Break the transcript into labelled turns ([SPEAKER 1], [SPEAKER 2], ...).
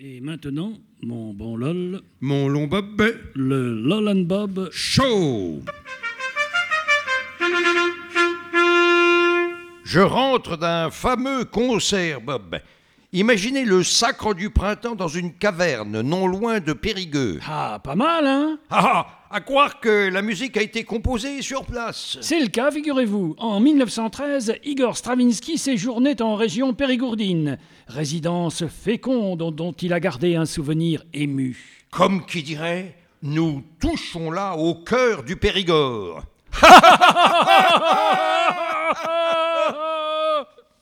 [SPEAKER 1] Et maintenant, mon bon LOL,
[SPEAKER 2] Mon long bob
[SPEAKER 1] le LOL and Bob.
[SPEAKER 2] chaud.
[SPEAKER 3] Je rentre d'un fameux concert, Bob. Imaginez le sacre du printemps dans une caverne non loin de Périgueux.
[SPEAKER 1] Ah, pas mal, hein
[SPEAKER 3] Ah, ah, à croire que la musique a été composée sur place.
[SPEAKER 1] C'est le cas, figurez-vous. En 1913, Igor Stravinsky séjournait en région périgourdine, résidence féconde dont il a gardé un souvenir ému.
[SPEAKER 3] Comme qui dirait, nous touchons là au cœur du Périgord.